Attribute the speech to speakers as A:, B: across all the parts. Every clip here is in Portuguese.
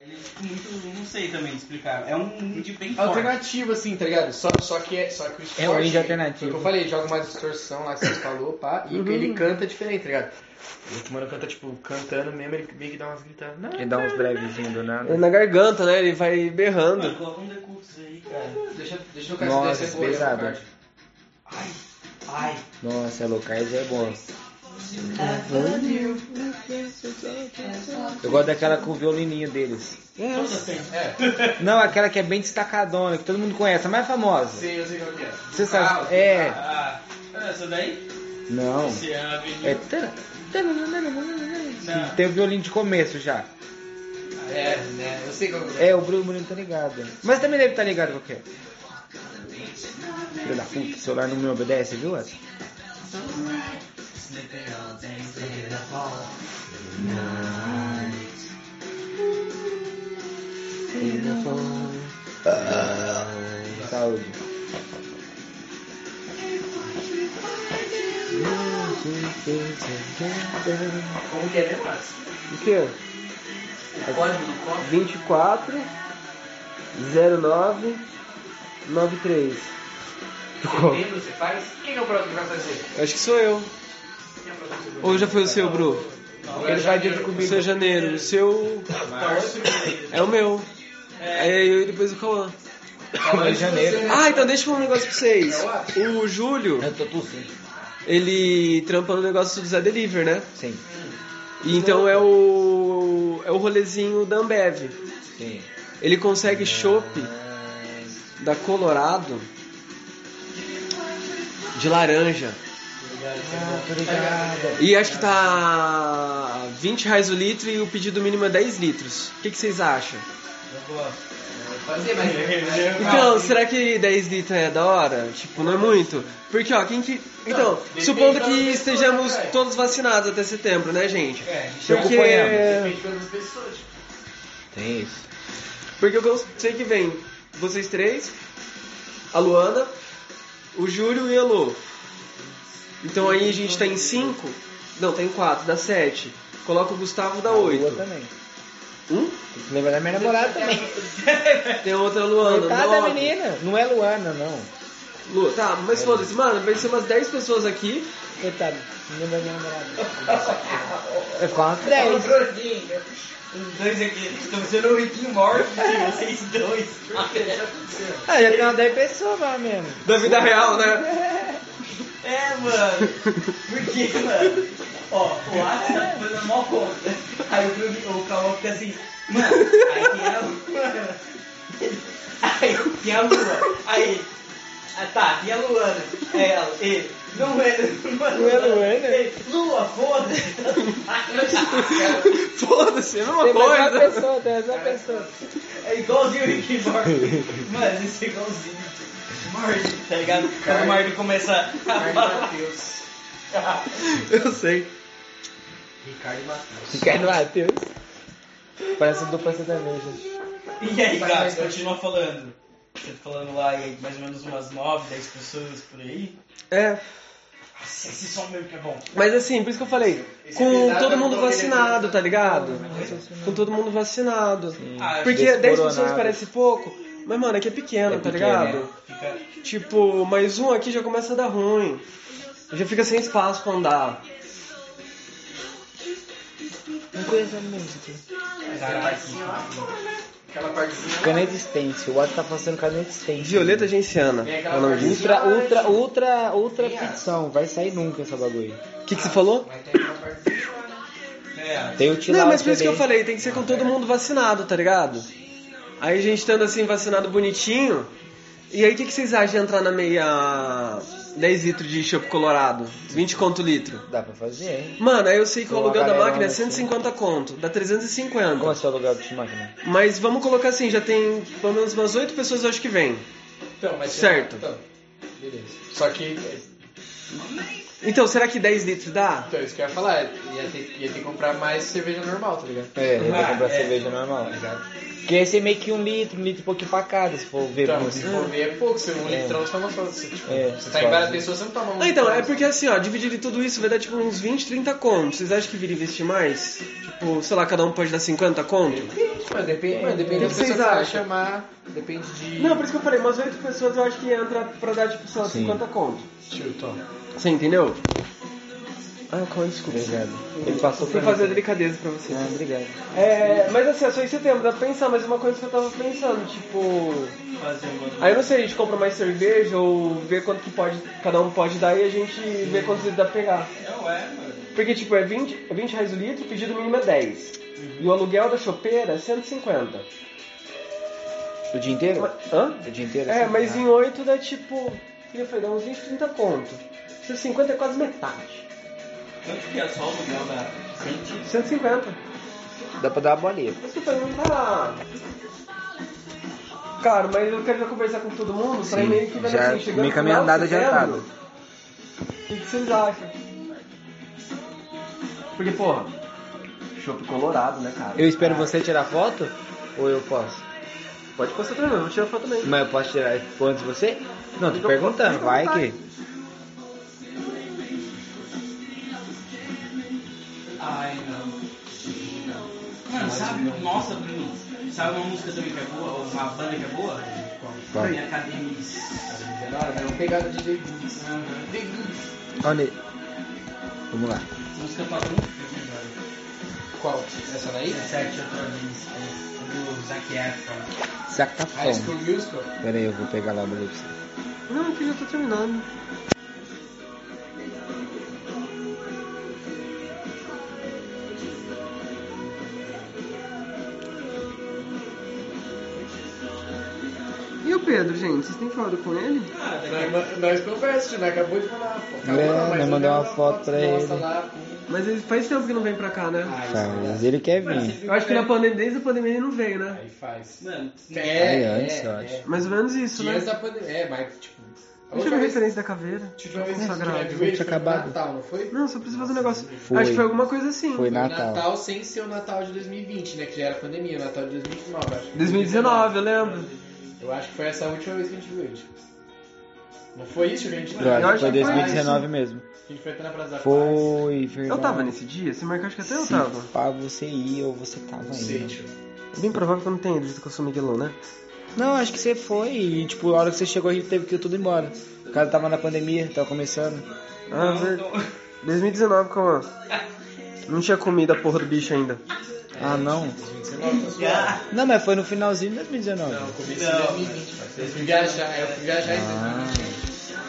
A: tipo, gostei também de explicar. É um indie bem
B: Ah,
A: forte.
C: Alternativo, assim, tá ligado? Só, só, que, é, só que o esporte...
D: É um indie
C: Foi o que
D: alternativo.
C: eu falei, joga uma distorção lá que você falou, pá, e ele canta diferente, tá ligado? O outro mano canta, tipo, cantando mesmo, ele meio que dá umas gritadas. Não,
D: Ele dá uns brevezinhos do nada.
B: É na garganta, né? Ele vai berrando.
A: Mano, coloca um decurso aí, cara.
C: deixa, deixa eu
D: Nossa, esse pesado.
A: Ai, ai.
D: Nossa, Locais é bom. Eu gosto daquela com o violininho deles.
A: Todas têm.
D: Não, aquela que é bem destacadona, que todo mundo conhece, a mais famosa.
C: Sei, eu sei qual que é.
D: Você sabe? é.
A: Ah, essa daí?
D: Não.
A: Você é a avenida.
D: É. tana-
A: Não.
D: Tem o violino de começo já.
C: É, né? Eu sei qual que é.
D: É, o Bruno Murilo tá ligado. Mas também deve estar ligado qualquer. Filho da puta, o celular não me obedece, viu? Edson? Saúde.
A: Como que é mesmo? Max?
B: O quê?
A: O código do copo?
B: 24 09 93.
A: Você lembra, você faz? Quem é o próximo que vai fazer?
B: Acho que sou eu. Ou já foi o seu, Bru?
C: Ele vai junto
B: O
C: comigo.
B: seu é janeiro. O seu é o meu. É eu e depois o Cauã.
D: Rio de Janeiro.
C: né?
B: Ah, então deixa eu falar um negócio pra vocês. O Júlio,
D: Eu tô tossindo.
B: ele trampa no negócio do Zé Deliver, né?
D: Sim,
B: E então é o. É o rolezinho da Ambev.
D: sim.
B: Ele consegue chopp da Colorado de laranja.
D: Obrigada.
B: E acho que tá 20 reais o litro e o pedido mínimo é 10 litros. O que, que vocês acham?
A: Eu gosto.
C: Fazer, mas...
B: Então, será que 10 litros é da hora? Tipo, não é muito? Porque, ó, quem que. Então,
C: depende
B: supondo
C: da
B: que
C: pessoa,
B: estejamos
C: né,
A: É,
C: velho?
B: todos vacinados até setembro, né, gente?
C: É, a gente
D: Eu
B: Porque,
D: acompanhamos.
C: depende de todas as pessoas. tipo.
D: Tem isso.
B: porque eu sei que vem vocês três, a Luana, o Júlio e a Lu. Então aí a gente tá em 5. Não, tá em 4, dá 7. Coloca o Gustavo, dá
D: Eu
B: 8.
D: também.
B: Hum?
D: Tem que lembrar da minha namorada também.
B: Tem outra Luana,
D: Coitada,
B: nove.
D: menina. Não é Luana, não. É.
B: Lu, tá, mas foda-se, mano, vai ser umas 10 pessoas aqui.
D: Coitada. Não lembra da minha namorada. É Vai ficar umas 10.
B: É,
A: Os é, Um, dois aqui estão sendo o Rick and Morty, vocês dois.
D: Ah, já tem umas 10 pessoas lá mesmo.
B: Da vida real, né?
A: É, mano. Por quê, mano? Ó, o Asa tá fazendo mal conta. Aí o Bruno, o Calma fica assim, mano, aí tem a Luana. Aí tem a Luana. Aí. Ah, tá, tem a Luana. É ela, ele. Não é, não é
D: Luana?
A: Ele, Lua, foda-se.
B: Foda-se, é a mesma
D: Tem mais uma
B: coisa.
D: pessoa, tem mais uma pessoa.
A: É igualzinho o Rick and Morty. Mano, isso é igualzinho. Morty, tá ligado? Quando o Marty começa a falar.
D: É.
B: Eu sei.
D: Ricardo Matheus. Parece dupla sertaneja.
A: E aí, Gabs, continua falando. Você tá falando lá e aí, mais ou menos umas 9, 10 pessoas por aí.
B: É,
A: Nossa, esse som mesmo que é bom.
B: mas assim, por isso que eu falei, com todo mundo
C: né,
B: vacinado, tá ligado? Com todo mundo vacinado.
A: Ah,
B: Porque 10 pessoas
D: assim. descoronado.
B: parece pouco, mas mano, aqui é pequeno,
D: É
B: tá
D: pequeno,
B: ligado?
A: Fica...
B: Tipo, mais um aqui já começa a dar ruim. Já fica sem espaço pra andar.
D: Não conheço a música.
A: Caralho.
C: Aquela partezinha...
D: Cana existente. O Otto tá passando cana existente.
B: Violeta Genciana.
C: É
B: É
C: aquela
B: o nome disso.
D: Ultra, ultra, ultra, ultra ficção. Vai sair nunca essa bagulho.
B: O que, que você falou?
C: Mas tem aquela partezinha...
A: É.
D: Tem o Tilau
B: Não, mas por isso que eu
D: também.
B: falei, tem que ser com todo mundo vacinado, tá ligado? Aí a gente estando assim vacinado bonitinho. E aí o que, que vocês acham de entrar na meia 10 litros de chopp colorado? 20 conto litro.
D: Dá pra fazer, hein?
B: Mano, aí eu sei que o
D: Uma
B: aluguel da
D: galera
B: máquina é
D: assim.
B: 150 conto, dá
D: Como
B: 350.
D: é seu aluguel de máquina?
B: Mas vamos colocar assim, já tem pelo menos umas 8 pessoas eu acho que vem.
C: Então, mas...
B: Certo.
C: Então, beleza. Só que...
B: Então, será que 10 litros dá?
C: Então, isso que eu ia falar, ia ter, ia ter que comprar mais cerveja normal, tá ligado?
D: É, eu vou
A: Ah,
D: comprar
A: é.
D: cerveja normal.
C: Tá ligado?
D: Que ia ser meio que um litro, um litro e pouquinho pra cada, se for ver.
C: Então,
D: muito.
C: se for ver, é pouco, se um litrão você toma só. Você, tipo,
D: É,
C: você tá em
D: só.
C: várias pessoas, você não toma um.
B: Ah, então,
C: litrão,
B: é porque assim, ó, dividido em tudo isso vai dar tipo uns 20, 30 contos. Vocês acham que viria investir mais? Tipo, sei lá, cada um pode dar 50 conto?
C: Depende, mano, depende, mano, depende da
B: O que que
C: pessoa que
B: vocês
C: você vai
B: acham?
C: chamar, depende de.
B: É, Não, por isso que eu falei, umas 8 pessoas eu acho que entra pra dar tipo, sei lá,
D: Sim.
B: 50 conto.
C: Tio, toma.
B: Você entendeu? Ah, qual é desculpa?
D: Obrigado. Ele passou
B: Fui
D: pra
B: fazer a
D: mim.
B: delicadeza pra você.
D: Ah, obrigado.
B: É, mas assim, é só em setembro, dá pra pensar, mas é uma coisa que eu tava pensando, tipo.
A: Fazer uma.
B: Aí eu não sei, a gente compra mais cerveja ou vê quanto que pode, cada um pode dar e a gente vê quantos litros dá pra pegar.
A: Não é, mano.
B: Porque, tipo, é 20, é 20 reais o litro, o pedido mínimo é 10. E o aluguel da chopeira é 150.
D: O dia inteiro?
B: Mas- Hã?
D: O dia inteiro?
B: É,
D: assim?
B: mas
D: Ah.
B: em 8 dá tipo. que nem Eu falei, dá uns 20, 30 conto. 150 é quase metade.
A: Quanto que é só o aluguel da. 20?
B: 150.
D: Dá pra dar uma bolinha.
B: Mas eu falei, não tá. Cara, mas eu quero já conversar com todo mundo, pra
D: Sim,
B: meio que vai
D: já
B: assim, chegando
D: meio
B: no
D: caminho
B: final de
D: andado adiantado.
B: setembro, O que que vocês acham? Porque, porra, chope colorado, né, cara?
D: Eu espero você tirar foto? Ou eu posso?
B: Pode postar também, eu vou tirar foto também.
D: Mas eu posso tirar foto antes de você? Não,
B: Fica-
D: tô perguntando,
B: fica à
D: vai
B: vontade.
D: que.
A: Ai, não. Mano, sabe, nossa, Bruno, sabe uma música também que é boa, ou uma banda que é boa?
D: Qual?
A: Minha academia.
C: Cara, é uma pegada de The Goods.
A: Uhum.
C: The Goods.
D: Olha ele. Vamos lá.
A: Música toca muito filme agora.
C: Qual? Essa daí?
A: Sete outra vez. é, Do Zac Efron.
C: High
D: Sacafão.
C: School Musical?
D: Pera aí, tá eu vou pegar lá o bagulho pra você.
B: Não, que eu já tô terminando. E o Pedro, gente? Vocês têm falado com ele?
A: Ah, daqui a
C: Nós, nós conversamos, né? Acabou de mandar uma foto.
D: É,
C: Acabou não, mas
D: nós
C: eu
D: mandamos uma
C: mandei
D: foto pra
C: nossa
D: ele.
C: lá.
B: Mas ele faz tempo que não vem pra cá, né?
C: Ah, é. isso é
D: Mas
C: verdade.
D: ele quer
A: Mano,
D: vir.
A: vocês
B: Eu acho que na pandemia, desde a pandemia ele não veio, né?
C: Aí faz.
A: Mano,
D: Aí antes, eu acho.
B: Mais ou menos isso,
C: E
B: né?
C: antes da pandemia. É, mas tipo. A última
B: Deixa eu ver a
C: vez,
B: referência da caveira.
C: a última vez que a gente
B: Consagrado.
C: viu ele um foi no
D: Acabado.
C: Natal, não foi?
B: Não, só preciso fazer um negócio.
D: Foi.
B: Acho que foi alguma coisa assim.
D: Foi
C: Foi
D: Natal.
C: Natal sem ser o Natal de 2020, né? Que já era pandemia, o Natal de 2019, acho.
B: 2019, eu lembro.
C: Eu acho que foi essa a última vez que a gente viu ele. tipo. Não foi isso, gente?
D: Eu acho que foi
B: que foi
D: 2019 mesmo.
C: A gente foi até na Praça da Paz.
D: Foi, verdade.
B: Eu tava nesse dia, se marcar, acho que até eu
D: Se
B: tava.
D: pá, você ia ou você tava
C: Não
D: indo.
C: sei, tio.
B: É bem provável que eu não tenha ido, visto que eu sou Miguelão, né?
D: Não, acho que você foi. E, tipo, a hora que você chegou, a gente teve que ir tudo embora. O cara tava na pandemia, tava começando.
B: Ah, verdade. 2019, calma. Não tinha comida a porra do bicho ainda.
D: Ah, não?
C: 2019 foi
A: Já.
D: Não, mas foi no finalzinho de 2019.
C: Não, começo de
A: Não.
C: 2020, parceiro. Eu fui viajar, eu fui viajar em
E: Ah.
C: 2020.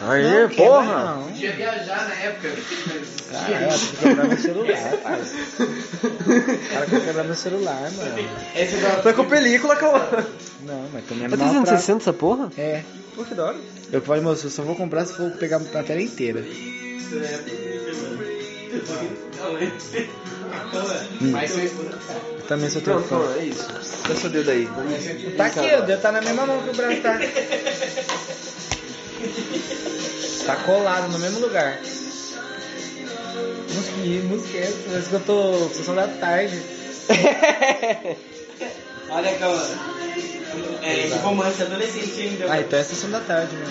D: Não,
B: Aê,
D: quem vai
B: porra!
D: Não.
C: Podia viajar
E: né?
D: É
C: na época. mas-
D: Caralho, eu tô quebrando meu celular, parça. O cara quer quebrar meu celular, mano.
A: é
C: Esse da...
B: Tá com película, calma.
D: Não, mas também não é uma
B: É
D: pra...
B: 360 essa porra?
D: É.
B: Pô, que da hora.
D: Eu falei, moço, eu só vou comprar se for pegar a tela inteira.
A: Isso é bonito, mano. Calma aí. Calma aí.
C: Mas você...
D: Eu também sou teu
B: Pronto,
D: fã.
B: calma, é isso. Dá seu dedo aí.
D: Tá aqui, ó, deve tá na mesma mão que o braço tá. Tá colado no mesmo lugar. Nossa, que música é essa? Parece que eu tô sessão da tarde.
A: Olha, calma. É de romance adolescente ainda.
D: Ah,
A: mano.
D: então é sessão da tarde, né?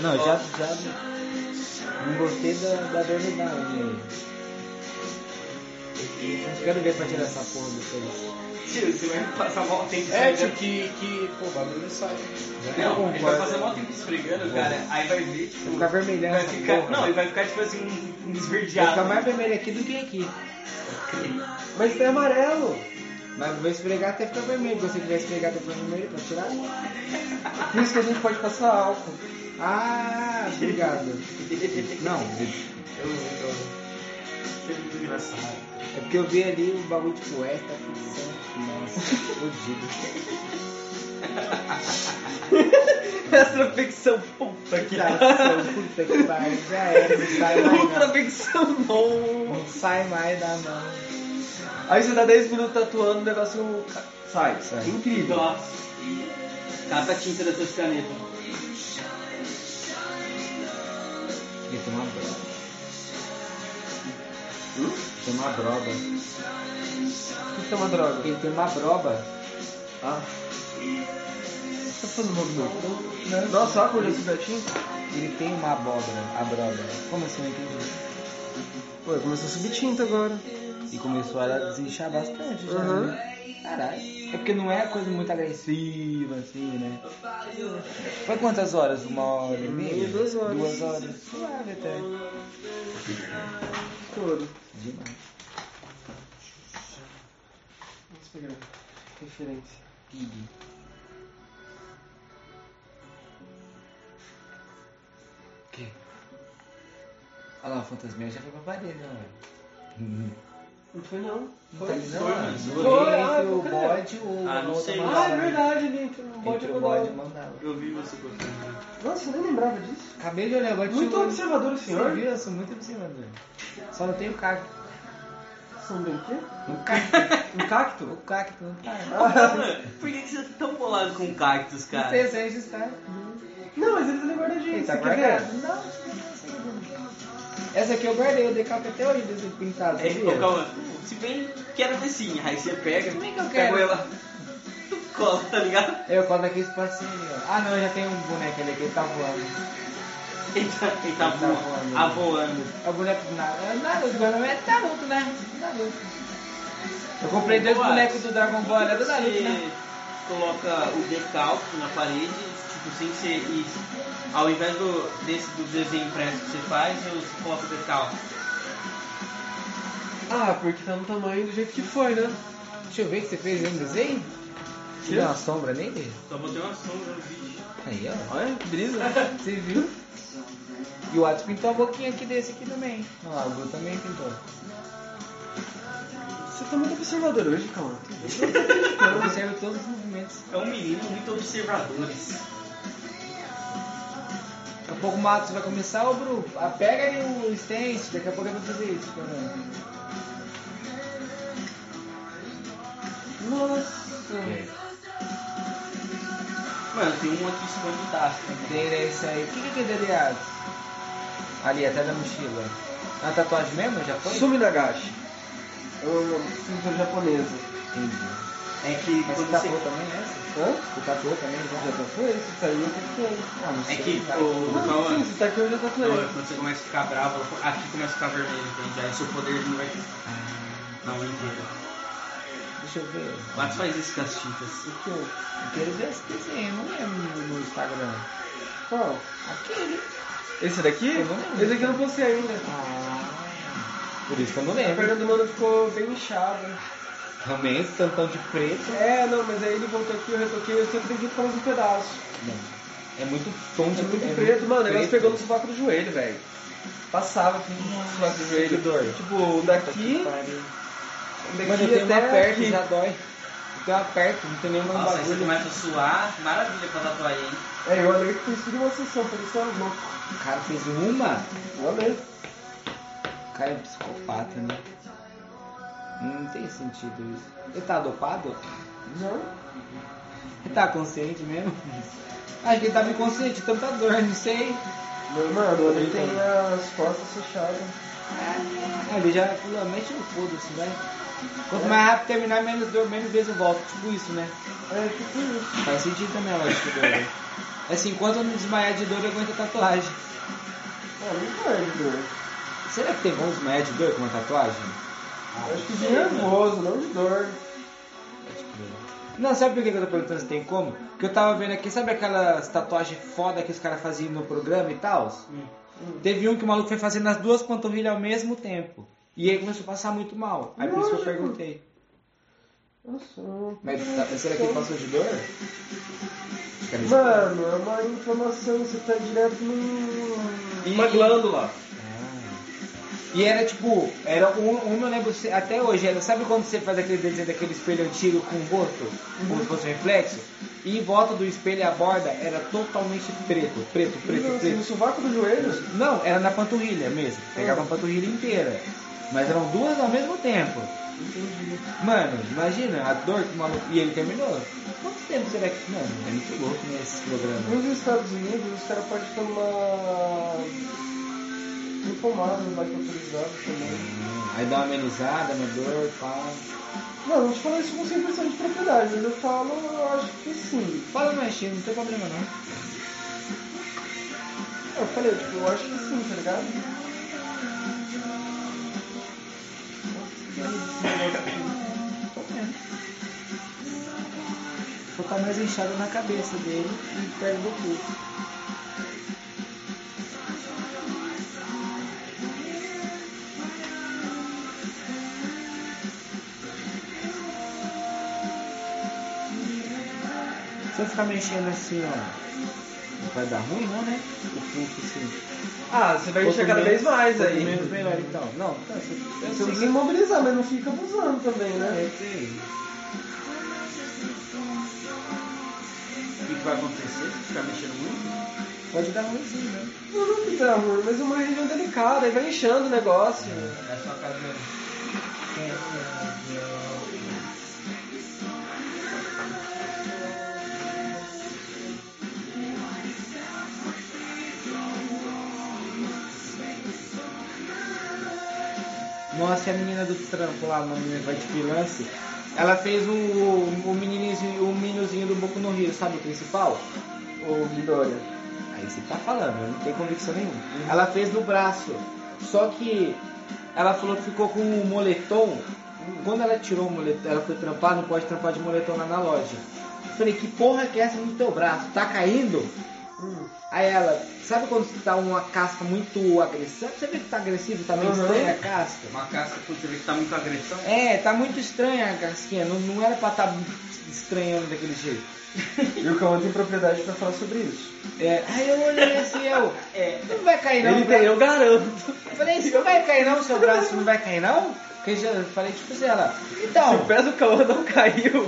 D: Não, já, já. Não gostei da, da dona da Eu quero ver pra tirar essa porra depois.
A: Tio, você vai passar mal tempo.
C: É,
A: esfregando.
C: tipo, que... que... Pô, o bagulho não sai.
D: tipo,
A: Não, ele vai passar mal tempo esfregando, cara. Aí vai ver,
D: Vai
A: tipo.
D: ficar vermelhão
A: Vai
D: essa
A: ficar,
D: porra.
A: não, ele vai ficar tipo assim, um um
D: Vai ficar
A: esverdeado.
D: mais vermelho aqui do que aqui. é
B: Mas tem amarelo.
D: Mas eu vou esfregar até ficar vermelho. Se você quiser esfregar até ficar vermelho, pra então tirar?
B: Por isso que a gente pode passar álcool.
D: Ah, obrigado. Não, é
A: Eu, eu. Foi muito engraçado.
D: porque eu vi ali o bagulho tipo, é, de poeta. Nossa, fodido.
B: Extra ficção, puta que
D: Tá, Nossa, puta que pariu. Já era, não sai mais.
B: Outra
D: Não,
B: ficção, não.
D: não sai mais da mão.
B: Aí você dá 10 minutos tatuando, o negócio ca- sai. É
D: Sai.
B: Incrível.
A: Nossa. Cata a tinta das suas canetas.
D: Ia tomar banho. Hum? Tem uma droga.
B: O que é uma droga?
D: Ele tem uma broba.
B: Ah. Tá fazendo movimento. Nossa, olha a cor desse gatinho.
D: Ele tem uma abóbora. Abóbora. Como assim? eu entendi?
B: Ué, é, começou a subir tinta agora.
D: E começou a desinchar bastante. já,
B: Aham.
D: né? Caralho. É porque não é coisa muito agressiva, assim, né? Foi quantas horas? Uma hora e meia?
B: Hum, Duas horas.
D: Duas horas. Suave até.
B: Todo.
D: Demais.
B: Vamos pegar referência.
D: Pig. Que? Olha lá, o fantasminha já foi pra parede, ó. velho.
B: Não foi não.
D: Tá ali não,
A: foi,
D: ó.
A: mas-
D: Zoou
B: Foi,
D: entre
B: ah,
D: o
B: foi, cara.
D: bode ou
A: Ah,
D: a
A: não
D: outra
A: sei.
B: Ah, é
D: mandala.
B: verdade, ele entrou no bode
D: Entre o
B: com
D: bode e
B: bola.
D: mandala.
A: Eu vi você gostando.
B: Nossa, eu nem lembrava disso.
D: Acabei de olhar, agora
B: Muito
D: tirou-
B: observador o
D: Você
B: senhor.
D: viu? um Eu sou muito observador. Só não tenho cacto.
B: São bem o quê?
D: Um cacto.
B: Um cacto?
D: o cacto não tá.
A: Mano, por que, que você tá tão bolado com cactos,
D: Não
A: cara?
D: sei se é registrar.
B: Não, mas ele tá na guardadinha.
D: Ele tá
B: Você quer ver?
D: guardado? Não, não, não. Essa aqui eu guardei, eu dei capa até hoje desse pintado.
A: É,
D: sabia?
A: ô, calma. Se bem que era assim, aí você pega,
D: Como é que eu
A: pegou
D: quero?
A: ela, tu cola, tá ligado?
D: Eu colo aquele espacinho ali, ó. Ah, não, já tem um boneco ali que ele tá voando.
A: Ele tá, ele tá
D: Ele tá
A: voando,
D: voando.
A: avoando.
D: É o boneco do Naruto. É o Naruto, agora não é Naruto, né? Naruto. Eu comprei dois
A: Boa.
D: bonecos do Dragon Ball, é do Naruto,
A: Você
D: né?
A: coloca o decalque na parede, tipo, sem ser isso. Ao invés do, desse, do desenho impresso que você faz, você coloca o decalque.
B: Ah, porque tá no tamanho do jeito que foi, né?
D: Deixa eu ver que você fez um desenho. Tirou uma sombra nele?
A: Só botei uma sombra no vídeo.
D: Aí, ó.
B: Olha, que brisa.
D: Você viu? E o Atos pintou a boquinha aqui desse aqui também. Olha lá, o Blue também pintou.
B: Você tá muito observador hoje, calma.
D: Eu observo todos os movimentos.
A: É um menino muito observadores.
D: Daqui a pouco o Matos vai começar, ô Bru, ah, pega ali o stencil, daqui a pouco eu vou fazer isso. pra mim.
B: Nossa.
A: Mano, tem um aqui esconde o Daphne.
D: Tem né, isso aí. O que que é aquele aliado? Ali, até da mochila. É uma tatuagem mesmo? Já foi?
B: Suminagashi. É uma escritora japonesa.
D: Entendi.
A: É que
D: Mas tá
A: quando
D: você
A: você
D: tatuou também essa?
B: Hã?
D: Você tatuou também?
B: Já
D: Já?
B: tatuei, se saiu, eu tatuei.
D: Ah, não
A: É
D: sei.
A: que
D: cara.
A: o
B: Não,
A: Cauã,
B: sim, se tá aqui eu já tatuei.
A: Cauã, quando você começa a ficar bravo, aqui começa a ficar vermelho, entende? Aí seu poder não vai. um Não, inteiro.
D: Deixa eu ver. O
A: Mas faz isso com as tintas.
D: que eu... Eu quero ver esse desenho, não lembro no- no Instagram.
B: Qual?
D: Aquele.
B: Esse daqui?
D: Eu não lembro.
B: Esse daqui eu não postei ainda.
D: Ah. Por isso que eu não
B: É, A
D: lembro.
B: perna do mano ficou bem inchada.
D: Também esse tantão de preto.
B: É, não, mas aí ele voltou aqui, eu retoquei, eu sempre tenho que ficar mais um pedaço.
D: Não. É muito tom
B: É
D: de
B: muito preto, mano, o negócio pegou no sovaco do joelho, velho. Passava aqui no sovaco do joelho.
D: que dor.
B: Tipo, daqui, daqui
D: Mano, eu tenho uma
B: até
D: perto,
B: aqui.
D: já dói. Eu tenho uma perto, não tem nenhuma
A: Nossa, aí você
D: bagulho.
A: começa a suar. Maravilha pra tatuar aí, hein?
B: É, eu olhei que foi isso de uma sessão, por isso é um eu não.
D: O cara fez uma,
B: Eu olhei.
D: o cara é um psicopata, né? Não tem sentido isso. Ele tá dopado?
B: Não.
D: Ele tá consciente mesmo? Acho que ele tá tava inconsciente, tanta então dor, não sei.
B: Meu, mano, ele tem É, as costas fechadas.
D: Ah, Ele já falou, mete no foda-se, vai. Quanto mais rápido terminar, menos dor, menos vezes eu volto. Tipo isso, né?
B: É, tipo isso.
D: Faz sentido também a lógica do dor. Assim, enquanto eu não desmaiar de dor, eu aguento a tatuagem.
B: Ah, não foi de dor.
D: Será que tem como desmaiar de dor com uma tatuagem?
B: Eu acho que de nervoso, não de dor.
D: Não, sabe por que que eu tô perguntando se tem como? Porque eu tava vendo aqui, sabe aquelas tatuagens foda que os caras faziam no programa e tal?
A: Hum.
D: Teve um que o maluco foi fazendo nas duas panturrilhas ao mesmo tempo. E ele começou a passar muito mal. Aí por isso que eu
B: Lógico.
D: perguntei.
B: Nossa, não.
D: Mas tá- será que ele passou de dor?
B: Mano, é uma inflamação, você tá direto no.
D: Uma glândula. E era tipo, era um, um eu lembro se- até hoje, era, sabe quando você faz aquele desenho daquele espelho antigo com o rosto, como se fosse um reflexo? E em volta do espelho e a borda era totalmente preto, preto, preto,
B: Nossa,
D: preto.
B: no sovaco do joelho?
D: Não, era na panturrilha mesmo. Pegava a panturrilha inteira. Mas eram duas ao mesmo tempo.
B: Entendi.
D: Mano, imagina a dor que o maluco. E ele terminou? Quanto tempo será que. Mano, é muito louco né, esse programa.
B: Nos Estados Unidos, os caras podem tomar
C: Me pomaram, não vai autorizar, chamou.
D: Aí dá uma amenizada, uma dor, pá.
C: Não, não te falo isso com 100% de propriedade, mas eu falo, eu acho que sim.
D: Fala no estilo, não tem problema não.
C: Eu falei, tipo, eu acho que sim, tá ligado?
D: Focar mais inchado na cabeça dele e perto do cu. Se eu ficar mexendo assim, ó. Vai dar ruim não, né? O pulso assim.
B: Ah, você vai
D: Quanto
B: encher cada
D: menos-
B: vez mais
D: Quanto
B: aí.
D: menos melhor então. Não, tá. Se,
A: Eu
D: se
A: consigo imobilizar, mas não fica abusando também, né?
D: É, sei. O que que vai acontecer se ficar mexendo muito? Pode dar ruim sim, né?
B: Não, não fica ruim, mas uma região delicada, aí vai inchando o negócio.
D: É só casando. Nossa, e a menina do trampo lá, uma menina que vai de freelance, ela fez o, o meninozinho, o meninozinho do Boku no Rio, sabe o principal?
A: Ô, Midoriya.
D: Aí você tá falando, eu não tenho convicção nenhuma. Ela fez no braço, só que ela falou que ficou com o moletom. Quando ela tirou o moletom, ela foi trampar, não pode trampar de moletom lá na loja. Eu falei, que porra que é essa no teu braço? Tá caindo?
B: Hum.
D: Aí ela, sabe quando tá uma casca muito agressiva? Você vê que tá agressivo, tá meio
B: Uhum.
D: estranha a casca?
A: Uma casca, putz, você vê que tá muito agressão.
D: É, tá muito estranha a casquinha, não, não era pra estar tá estranhando daquele jeito.
C: E o Cauã tem propriedade pra falar sobre isso.
D: É, aí eu olhei assim, eu, é, não vai cair não.
B: Ele
D: bra-
B: tem, eu garanto.
D: Eu falei, isso não vai cair não, seu braço não vai cair não? Porque já- eu falei, tipo assim, ela,
B: Se o
D: então,
B: pé do Cauã não caiu,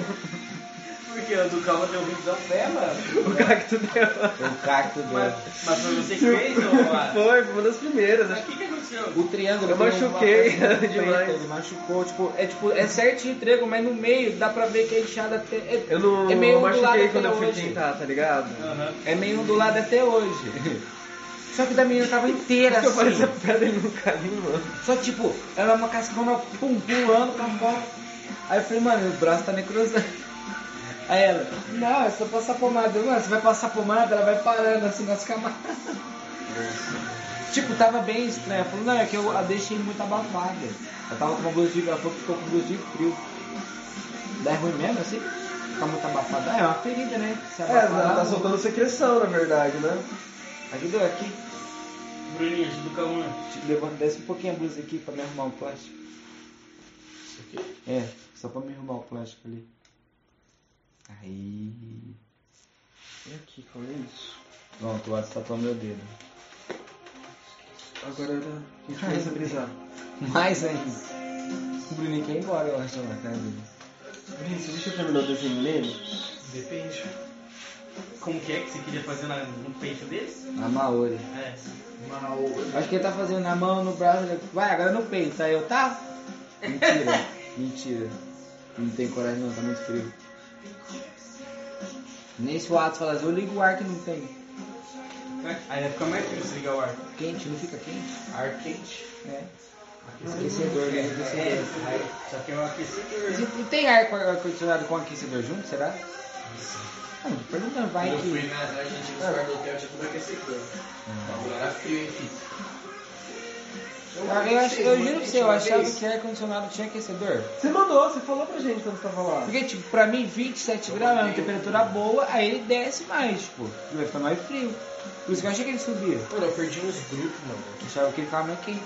A: Porque o do Calma deu muito ao pé, mano.
B: o cacto dela.
D: o cacto
A: Mas,
D: do...
A: mas foi você que fez, ô, Mara?
B: Foi, foi uma das primeiras.
A: Mas
B: acho
A: o que que aconteceu?
D: O triângulo
B: Eu
D: tem uma
B: machuquei
D: coisa preta,
B: demais.
D: Ele machucou, tipo, é tipo, é certinho o triângulo, mas no meio dá pra ver que a inchada até, é,
B: que Eu não
D: é meio ondulada
B: machuquei
D: até
B: quando eu fui
D: hoje.
B: tentar, tá ligado?
A: Aham.
D: É meio ondulada até hoje. Só que da menina tava
C: É
D: inteira
B: Eu falei,
D: assim.
B: essa pedra ele não caiu, mano.
D: Só que, tipo, ela é uma cascona pum, pulando pra fora. Aí eu falei, mano, o braço tá necrosando. Aí ela, não, é só passar pomada. Eu, Mano, você vai passar pomada, ela vai parando assim nas camadas. Tipo, tava bem estranho. Ela falou, não, é que eu a deixei muito abafada. Ela tava com uma blusa de ela falou que ficou com blusa de frio. Dá ruim mesmo assim? Ficar muito abafada. Ah, é uma ferida, né? Se
B: É,
D: abafar,
B: ela tá soltando secreção, na verdade, né?
D: Ajuda aqui.
A: Bruninho, ajuda o Calma.
D: Tipo, levanta, desce um pouquinho a blusa aqui pra me arrumar o plástico. É, só pra me arrumar o plástico ali. Aí.
C: E aqui, qual é isso?
D: Pronto, o Atos tapou meu dedo.
C: Agora era. A gente começa a brisar.
D: Mais ainda. O Bruninho quer ir embora, eu acho, na casa dele.
C: Bruno, você deixa eu terminar o desenho nele?
A: Depende. Como que é que você queria fazer na- no peito desse?
D: Na Maori.
A: É.
C: Mal.
D: Acho que ele tá fazendo na mão, no braço, ele, vai, agora no peito. Aí eu, tá? Mentira, mentira. Não tem coragem não, tá muito frio. Nem se o Atos falar assim, eu ligo o ar que não tem.
A: Aí vai ficar mais frio se ligar o ar.
D: Quente, não fica quente?
A: Ar quente.
D: É. Aquecedor, né?
A: É,
D: Aquecedor.
A: aí, só que é um aquecedor.
D: Se- Tem ar com ar-condicionado com aquecedor junto, será? Ah, Não, tô perguntando, vai
E: Eu
D: que.
E: fui na, na Argentina, no quarto hotel, tinha tudo aquecedor.
C: Ah.
E: Então, era frio, enfim.
D: Ah, Eu, ach- eu juro pra você, eu achava que ar-condicionado tinha aquecedor.
B: Você mandou, você falou pra gente quando você tava lá.
D: Porque, tipo, pra mim, 27 graus é uma temperatura boa, aí ele desce mais, tipo, vai ficar mais frio. Por isso que eu achei que ele subia.
E: Mano, eu perdi uns grupos, mano.
D: Eu achava que ele ficava mais quente.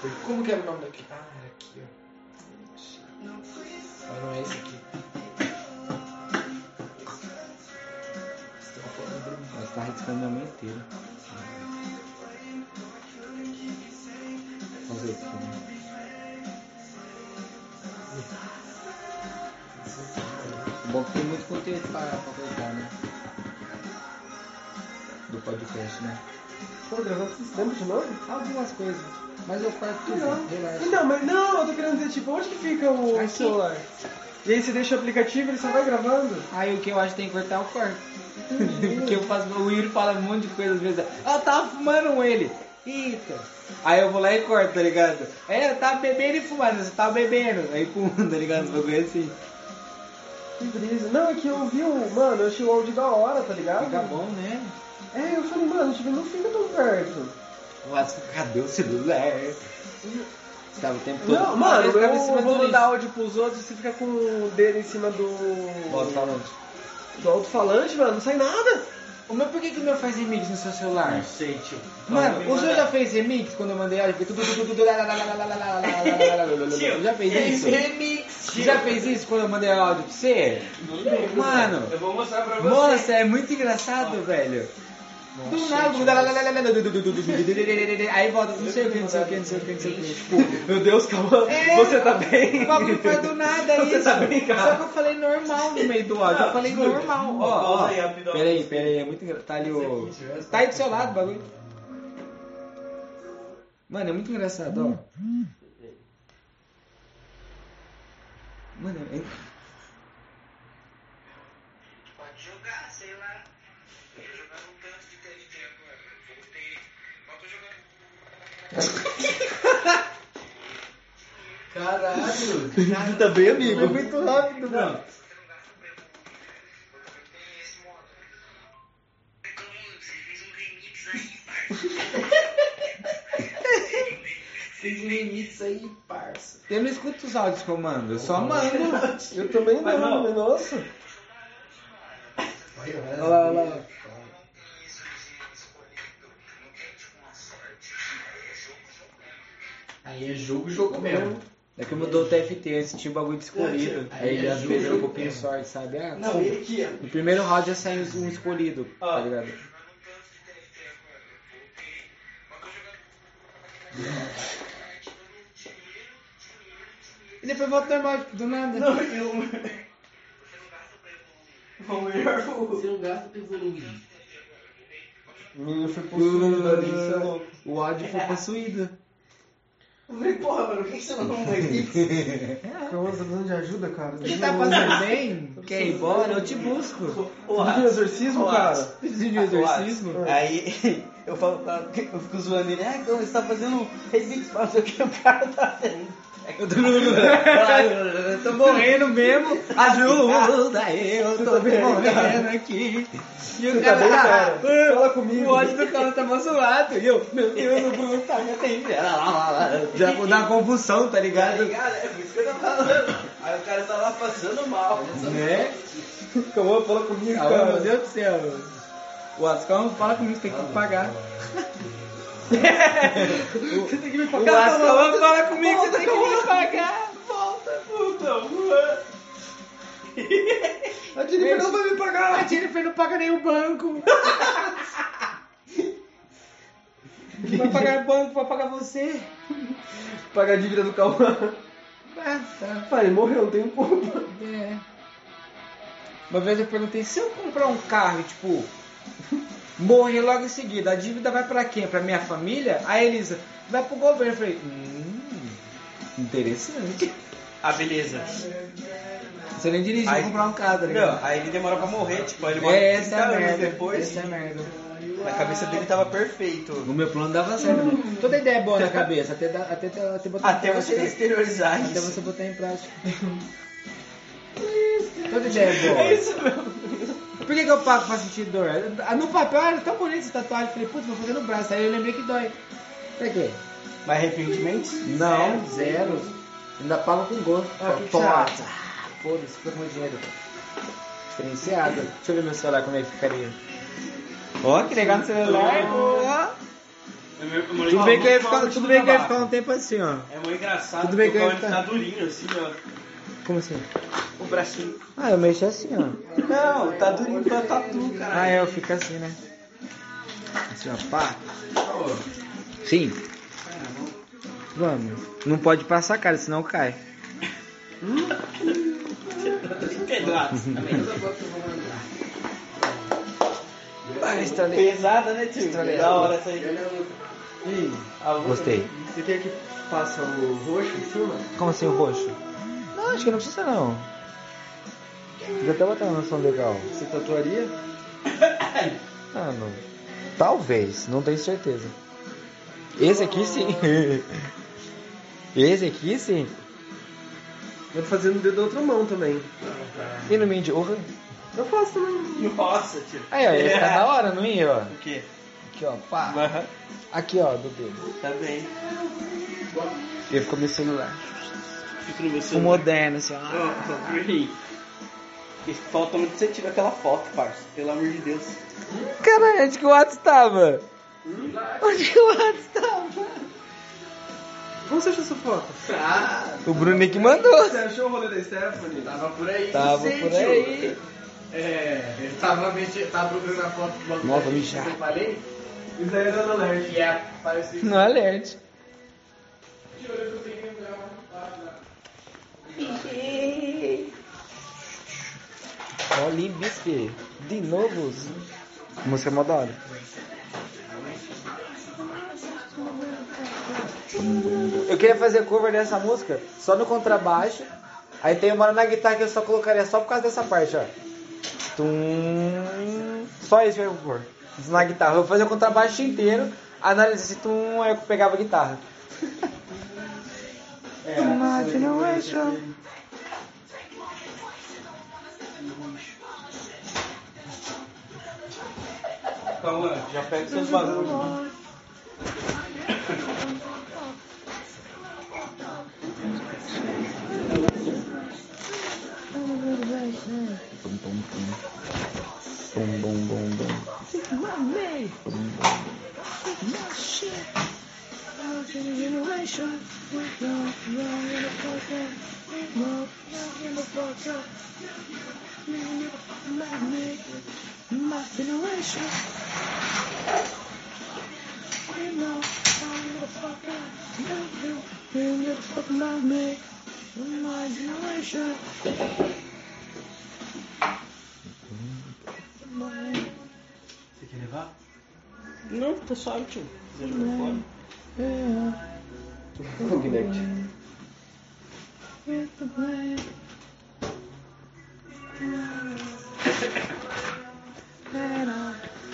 E: Perdi- Como que era o nome daqui? Ah, era aqui, ó. Ah, não é esse aqui.
D: Mas tá arriscando minha mão inteira. Fazer o quê, né? Bom que tem muito conteúdo pra, pra colocar, né? Do podcast, né?
B: Pô, gravando esses tempos de novo?
D: Algumas coisas. Mas eu corto tudo,
B: Não.
D: relaxa.
B: Então, mas não, eu tô querendo dizer, tipo, onde que fica o
D: Aqui.
B: celular? E aí você deixa o aplicativo, ele só vai gravando?
D: Aí o que eu acho que tem que cortar é o corte. Porque eu faço. O Yuri fala um monte de coisa às vezes. Ela tava Ah, fumando um ele. Eita. Aí eu vou lá e corto, tá ligado? É, eu tava bebendo e fumando, você tava bebendo. Aí pum, tá ligado? Os bagulho é assim.
B: Que brisa. Não, é que eu vi um. Mano, eu achei o áudio da hora, tá ligado?
D: Fica bom, né?
B: É, eu falei, mano, tipo, não fica tão perto.
D: Vasco, cadê o celular? Você tava o tempo todo.
B: Não, mano,
D: ficava
B: eu,
D: em cima
B: eu
D: do
B: vou
D: lixo.
B: mandar áudio pros outros e você fica com o dedo em cima do.
D: Bota falando.
B: do alto-falante, mano, não sai nada.
D: O meu, por que, que o meu faz remix no seu celular?
E: Não sei, tio.
D: Mano, o senhor já fez remix quando eu mandei áudio? Foi tudo, tudo, tudo, lá, lá, lá, lá, lá, lá, lá, lá, lá, lá, lá, lá. Já fez isso?
E: Remix, tio.
D: Já fez isso quando eu mandei áudio pra você?
E: Não lembro.
D: Mano.
E: Eu vou mostrar pra você.
D: Nossa, é muito engraçado, velho. Do nada, lá, lá, lá, lá, lá, lá, lá, aí volta, não sei o que, não sei o que, não sei o que, não sei o que. Tipo,
B: Meu Deus, calma.
D: É.
B: Você tá
D: o
B: bem?
D: bagulho faz do nada
B: Você
D: isso.
B: tá brincando.
D: Só que eu falei normal no meio do áudio, eu falei normal. Ó, ó,
E: Pausa aí, rapidão.
D: peraí, peraí, é muito engraçado. Tá ali o... Tá aí do seu lado o bagulho. Mano, é muito engraçado, ó. Mano, é...
F: Pode jogar, sei lá. Eu jogava um tanto de TNT agora. Voltei. Mas tô jogando.
E: Caralho.
B: Tá bem, amigo?
D: é muito rápido, mano.
F: Eu tenho esse modo. Então, você fez
E: Fez
F: um remix aí, parça.
E: um remix aí, parça.
D: Eu não escuto os áudios que eu mando, eu só mando.
B: Eu também
E: Mas
B: não,
E: não.
B: mas nossa.
E: Olha
B: lá, olha lá.
F: Não tem isso de escolhido. Não tem tipo uma
E: Aí
F: sorte. É jogo, jogo mesmo.
E: é jogo, jogo mesmo.
D: É que mudou o TFT, antes tinha o bagulho de escolhido. Aí às vezes eu copio um sorte, sabe? Ah,
E: Não, ele aqui, ó.
D: no primeiro round já saiu um escolhido, tá ligado?
F: Eu jogava um tanto de TNT agora. Voltei. Mas tô jogando. Dinheiro, dinheiro, dinheiro, dinheiro.
D: E depois volta normal, tipo, do nada.
E: Não, eu...
F: Você não gasta pra evoluir.
E: O melhor Você não gasta pra evoluir.
D: Menino foi possuído ali, isso é louco. O áudio foi possuído.
E: Eu falei, porra, mano, por que que você não arruma um remix?
B: Calma, você tá precisando de ajuda, cara?
D: Você tá passando bem? Quer ir embora? Eu te busco.
A: Ô,
B: Pediu
A: Rafa,
B: exorcismo, cara?
D: Preciso de um exorcismo?
A: Aí eu falo, tá, eu fico zoando ele, ah, então você tá fazendo remix, mas o que o cara tá fazendo?
D: Eu tô, eu tô morrendo mesmo. Ajuda, eu
B: tá
D: tô morrendo aqui. E o cara,
B: cara?
D: ah,
B: Fala comigo.
D: O ódio do cara tá mó zoado. E eu, meu Deus, o Bruno tá me atendendo. Lá, lá, lá, lá. Já vou dar uma confusão, tá
E: Tá
D: ligado?
E: ligado? É por isso que eu tô falando. Aí o cara tá lá passando mal.
D: Né?
B: Calma, fala comigo,
D: Ah, meu
B: cara.
D: Deus do céu. O Ascão fala comigo, você tem que pagar.
B: Você tem que me
D: O
B: pagar.
D: Ascão fala comigo,
B: tá
D: você tem que me pagar.
E: Volta, puta, Juan.
B: A Jennifer não vai me pagar.
D: A Jennifer não paga nem o banco. Vai pagar banco, vai pagar você.
B: Pagar a dívida do Calma.
D: Ah, tá.
B: Pai, ele morreu, não tem culpa.
D: É. Uma vez eu perguntei, se eu comprar um carro e, tipo, morrer logo em seguida, a dívida vai pra quem? Pra minha família? A Elisa, vai pro governo. Eu falei, hum, interessante.
A: Ah, beleza.
D: Você nem dirige
A: Aí-
D: comprar um carro, tá ligado?
A: Não, aí ele demora pra morrer, tipo, aí ele morre
D: É, essa
A: 30
D: é a
A: anos
D: merda.
A: depois.
D: Essa é a merda.
A: Na cabeça dele tava perfeito.
D: O meu plano dava certo. né? Toda ideia é boa na cabeça, até, da- até, até, até botar
A: Até
D: em prática.
A: você exteriorizar
D: Até
A: isso.
D: você botar em prática. Toda ideia é boa. Por que, que eu pago pra sentir dor? Ah, No papel era tão bonito essa tatuagem. Falei, putz, vou fazer no braço. Aí eu lembrei que dói. Pra quê?
A: Mas arrependimentos?
D: Não, zero. Ainda pago com gosto.
B: Ah, o que que
D: Pô,
B: você
D: ah,
B: acha?
D: Foda-se, fica com meu dinheiro. Diferenciado. Deixa eu ver meu celular como é que ficaria. Ó, que legal no celular. ó. Tudo bem que eu ia ficar, tudo bem que eu ia ficar um tempo assim, ó.
A: É muito engraçado,
D: Tudo bem
A: porque o
D: que eu
A: Calma
D: ia
A: tá
D: ficar-
A: durinho assim, ó.
D: Como assim?
A: O bracinho.
D: Ah, eu mexo assim, ó.
A: Não, tá durinho pra tatu, cara.
D: Ah, é, eu fico assim, né? Assim, ó, pá. Sim. Vamos. Ah, Não pode passar, cara, senão cai.
A: Pedrado.
D: Gostei.
A: Pesada, né, tio? Da hora essa aí.
D: Gostei.
B: Você quer que faça o roxo em cima?
D: Como assim o roxo? Não, acho que não precisa não. Podia até botar uma noção legal.
B: Você tatuaria?
D: Ah, não. Talvez, não tenho certeza. Esse aqui sim. Esse aqui sim.
B: Vou fazer no dedo da outra mão também.
D: E no Mindiorra.
B: Eu faço também.
A: Nossa, tio. É.
D: Aí, ó, ia ficar
A: tá-
D: da hora, não ia, ó.
A: O quê?
D: Aqui, ó, pá. Aqui, ó, do dedo.
A: Tá bem.
D: Ele ficou meu celular.
A: Fica no meu
D: O
A: celular.
D: moderno, assim, ó.
A: Nossa, Bri. E Falta muito você tirar aquela foto, parça. Pelo amor de Deus.
D: Caralho, onde que o Atos tava? Hum? Onde que o Atos tava?
B: Como você achou essa foto?
C: Ah,
D: O Bruno é que mandou.
C: você achou o rolê da Stephanie? Tava por aí.
D: Tava
C: sim,
D: por
C: tio.
D: aí.
C: É, ele tava, mexendo, tava procurando a foto do bagulho.
D: Nossa,
C: que
D: mijar.
C: Eu falei. Isso aí é era no alert. E é apareceu.
D: No alert. Ó, Limbisque. De novo. Música é mó da hora. Eu queria fazer cover dessa música só no contrabaixo. Aí tem uma na guitarra que eu só colocaria só por causa dessa parte, ó. Tum. Só isso que eu vou pôr. Na guitarra. Eu vou fazer o contrabaixo inteiro, analisar se tum, aí eu pegava a guitarra. um Imagination.
A: Calma, já pega seus bagulhos. Não, tô suave, tio. Você jogou fora?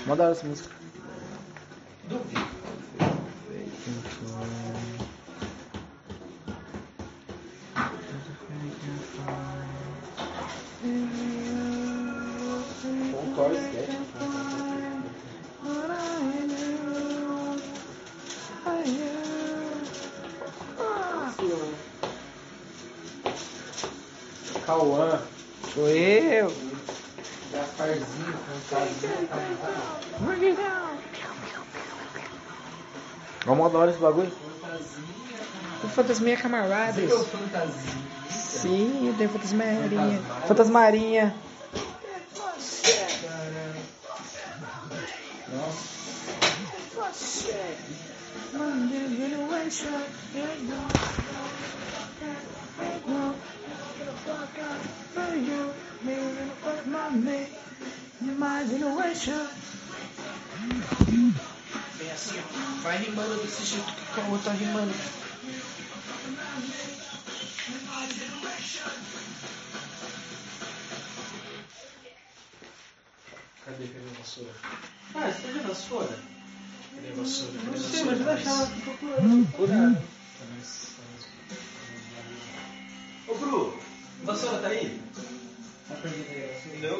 D: Mó da hora essa música.
G: Cauã.
D: Sou eu.
G: Gasparzinho, fantasma.
D: Ó, mó da hora esse bagulho. O fantasminha camaradas.
G: Meu fantasma.
D: Sim, eu tenho fantasmarinha. Fantasmarinha.
H: Vai rimando desse jeito que o Cauã tá rimando. Cadê? Cadê a vassoura?
C: Ah, você tá vendo a sua?
H: Cadê a vassoura? Cadê a
C: Não sei,
H: vassoura?
C: mas eu
H: Tá mais-
C: achava que procurando. Procurando.
H: tá mais- tá mais-
C: Ô, Bru, vassoura tá aí? Não.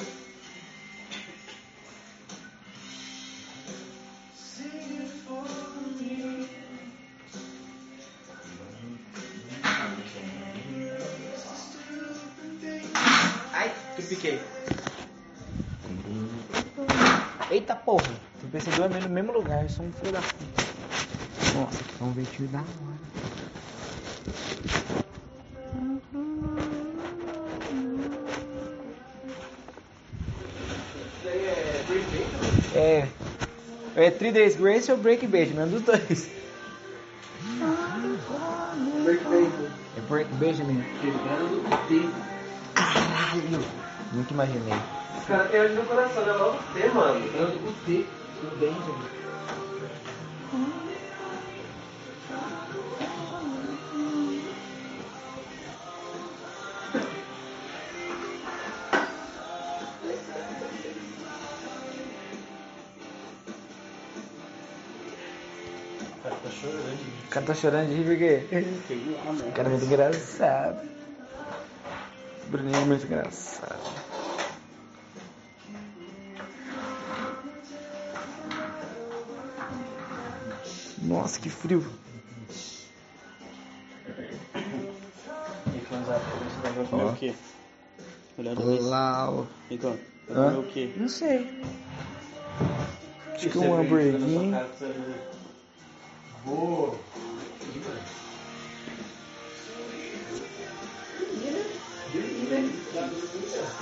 D: Eita porra. Eu pensei duas vezes no mesmo lugar, eu sou um filho da puta. Nossa, que vão ver time da hora. É. É 3 Days Grace ou Break Bad, mesmo dos dois. É Break Benjamin. Caralho! Nunca imaginei.
B: Cara, eu olho no coração, é logo T, mano.
H: Tá
A: chorando.
D: O cara tá chorando de rir porque.
A: Sei lá,
D: O
A: mano.
D: cara é muito engraçado. O Bruninho é muito engraçado. Nossa, que frio.
A: Vai comer o quê? Olhando bem.
D: Lau.
A: Então,
D: Hã?
A: vai comer o quê?
D: Não sei. Acho
A: Você
D: que um
A: vem
D: hamburguinho.
A: na sua casa,
I: Vou.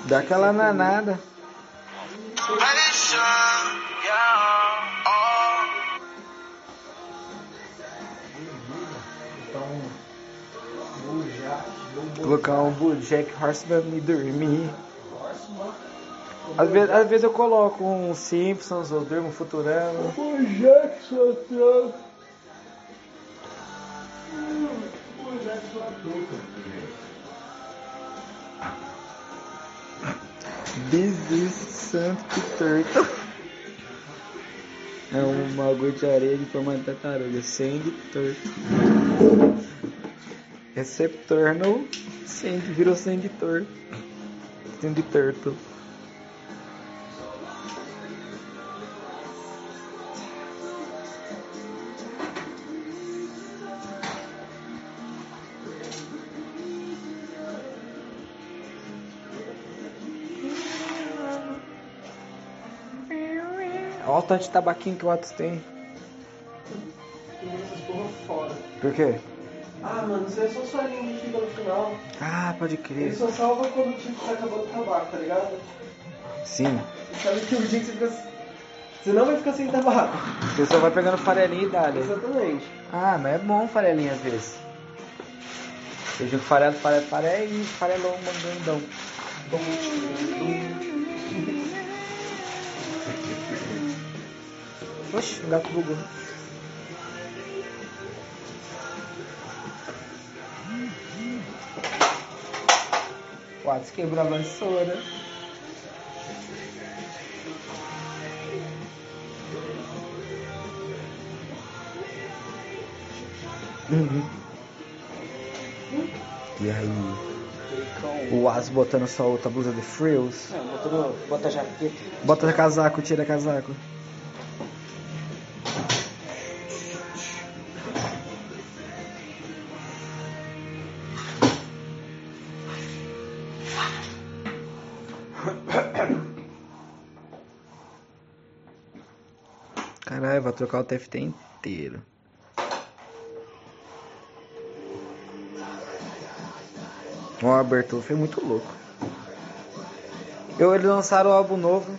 D: Dá aquela nanada.
F: Oh.
D: Colocar um Bojack Horseman e dormir. Às vezes, às vezes eu coloco um Simpsons ou durmo um Futurama. This is Santo Turtle. É um bagulho de areia de forma de tartaruga. Sand Turtle. Receptor no Sand. Virou Sand Turtle. Sand Turtle. Olha o tanto de tabaquinho que o Atos tem. Por quê?
A: Ah, mano, isso é só sua língua que fica no final.
D: Ah, pode
A: Ele
D: crer.
A: só salva quando o tipo tá acabando o tabaco, tá ligado?
D: Sim.
A: Sabe que o dia que você fica. assim. Você não vai ficar sem tabaco.
D: Você só vai pegando farelinha e dá-lhe.
A: Exatamente.
D: Ah, mas é bom farelinha às vezes. Eu digo farelo, farelo, farelo e farelão mandandão. Oxe, o gato bugou. Quase quebrou a vassoura. E aí? O As botando só outra blusa de frills.
A: Não, botou no. Bota jaqueta.
D: Bota casaco, tira casaco. Caralho, vai trocar o TFT inteiro. Ó, a Bertolf é muito louco. Eu, eles lançaram o álbum novo.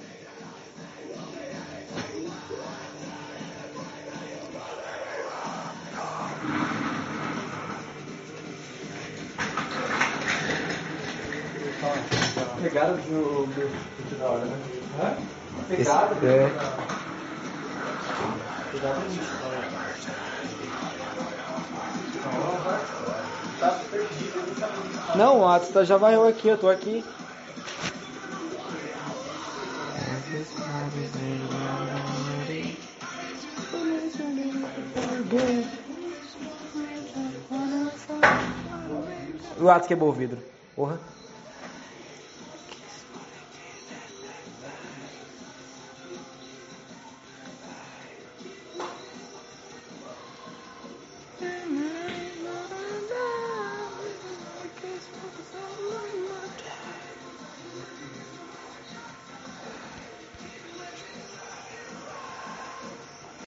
A: Pegaram o meu chute da hora, né? Hã? Pegaram?
D: Esse- é.
A: Pegaram o chute da hora.
D: Não, o Atos tá- já varreu aqui, eu tô aqui. O Atos quebrou o vidro. Porra.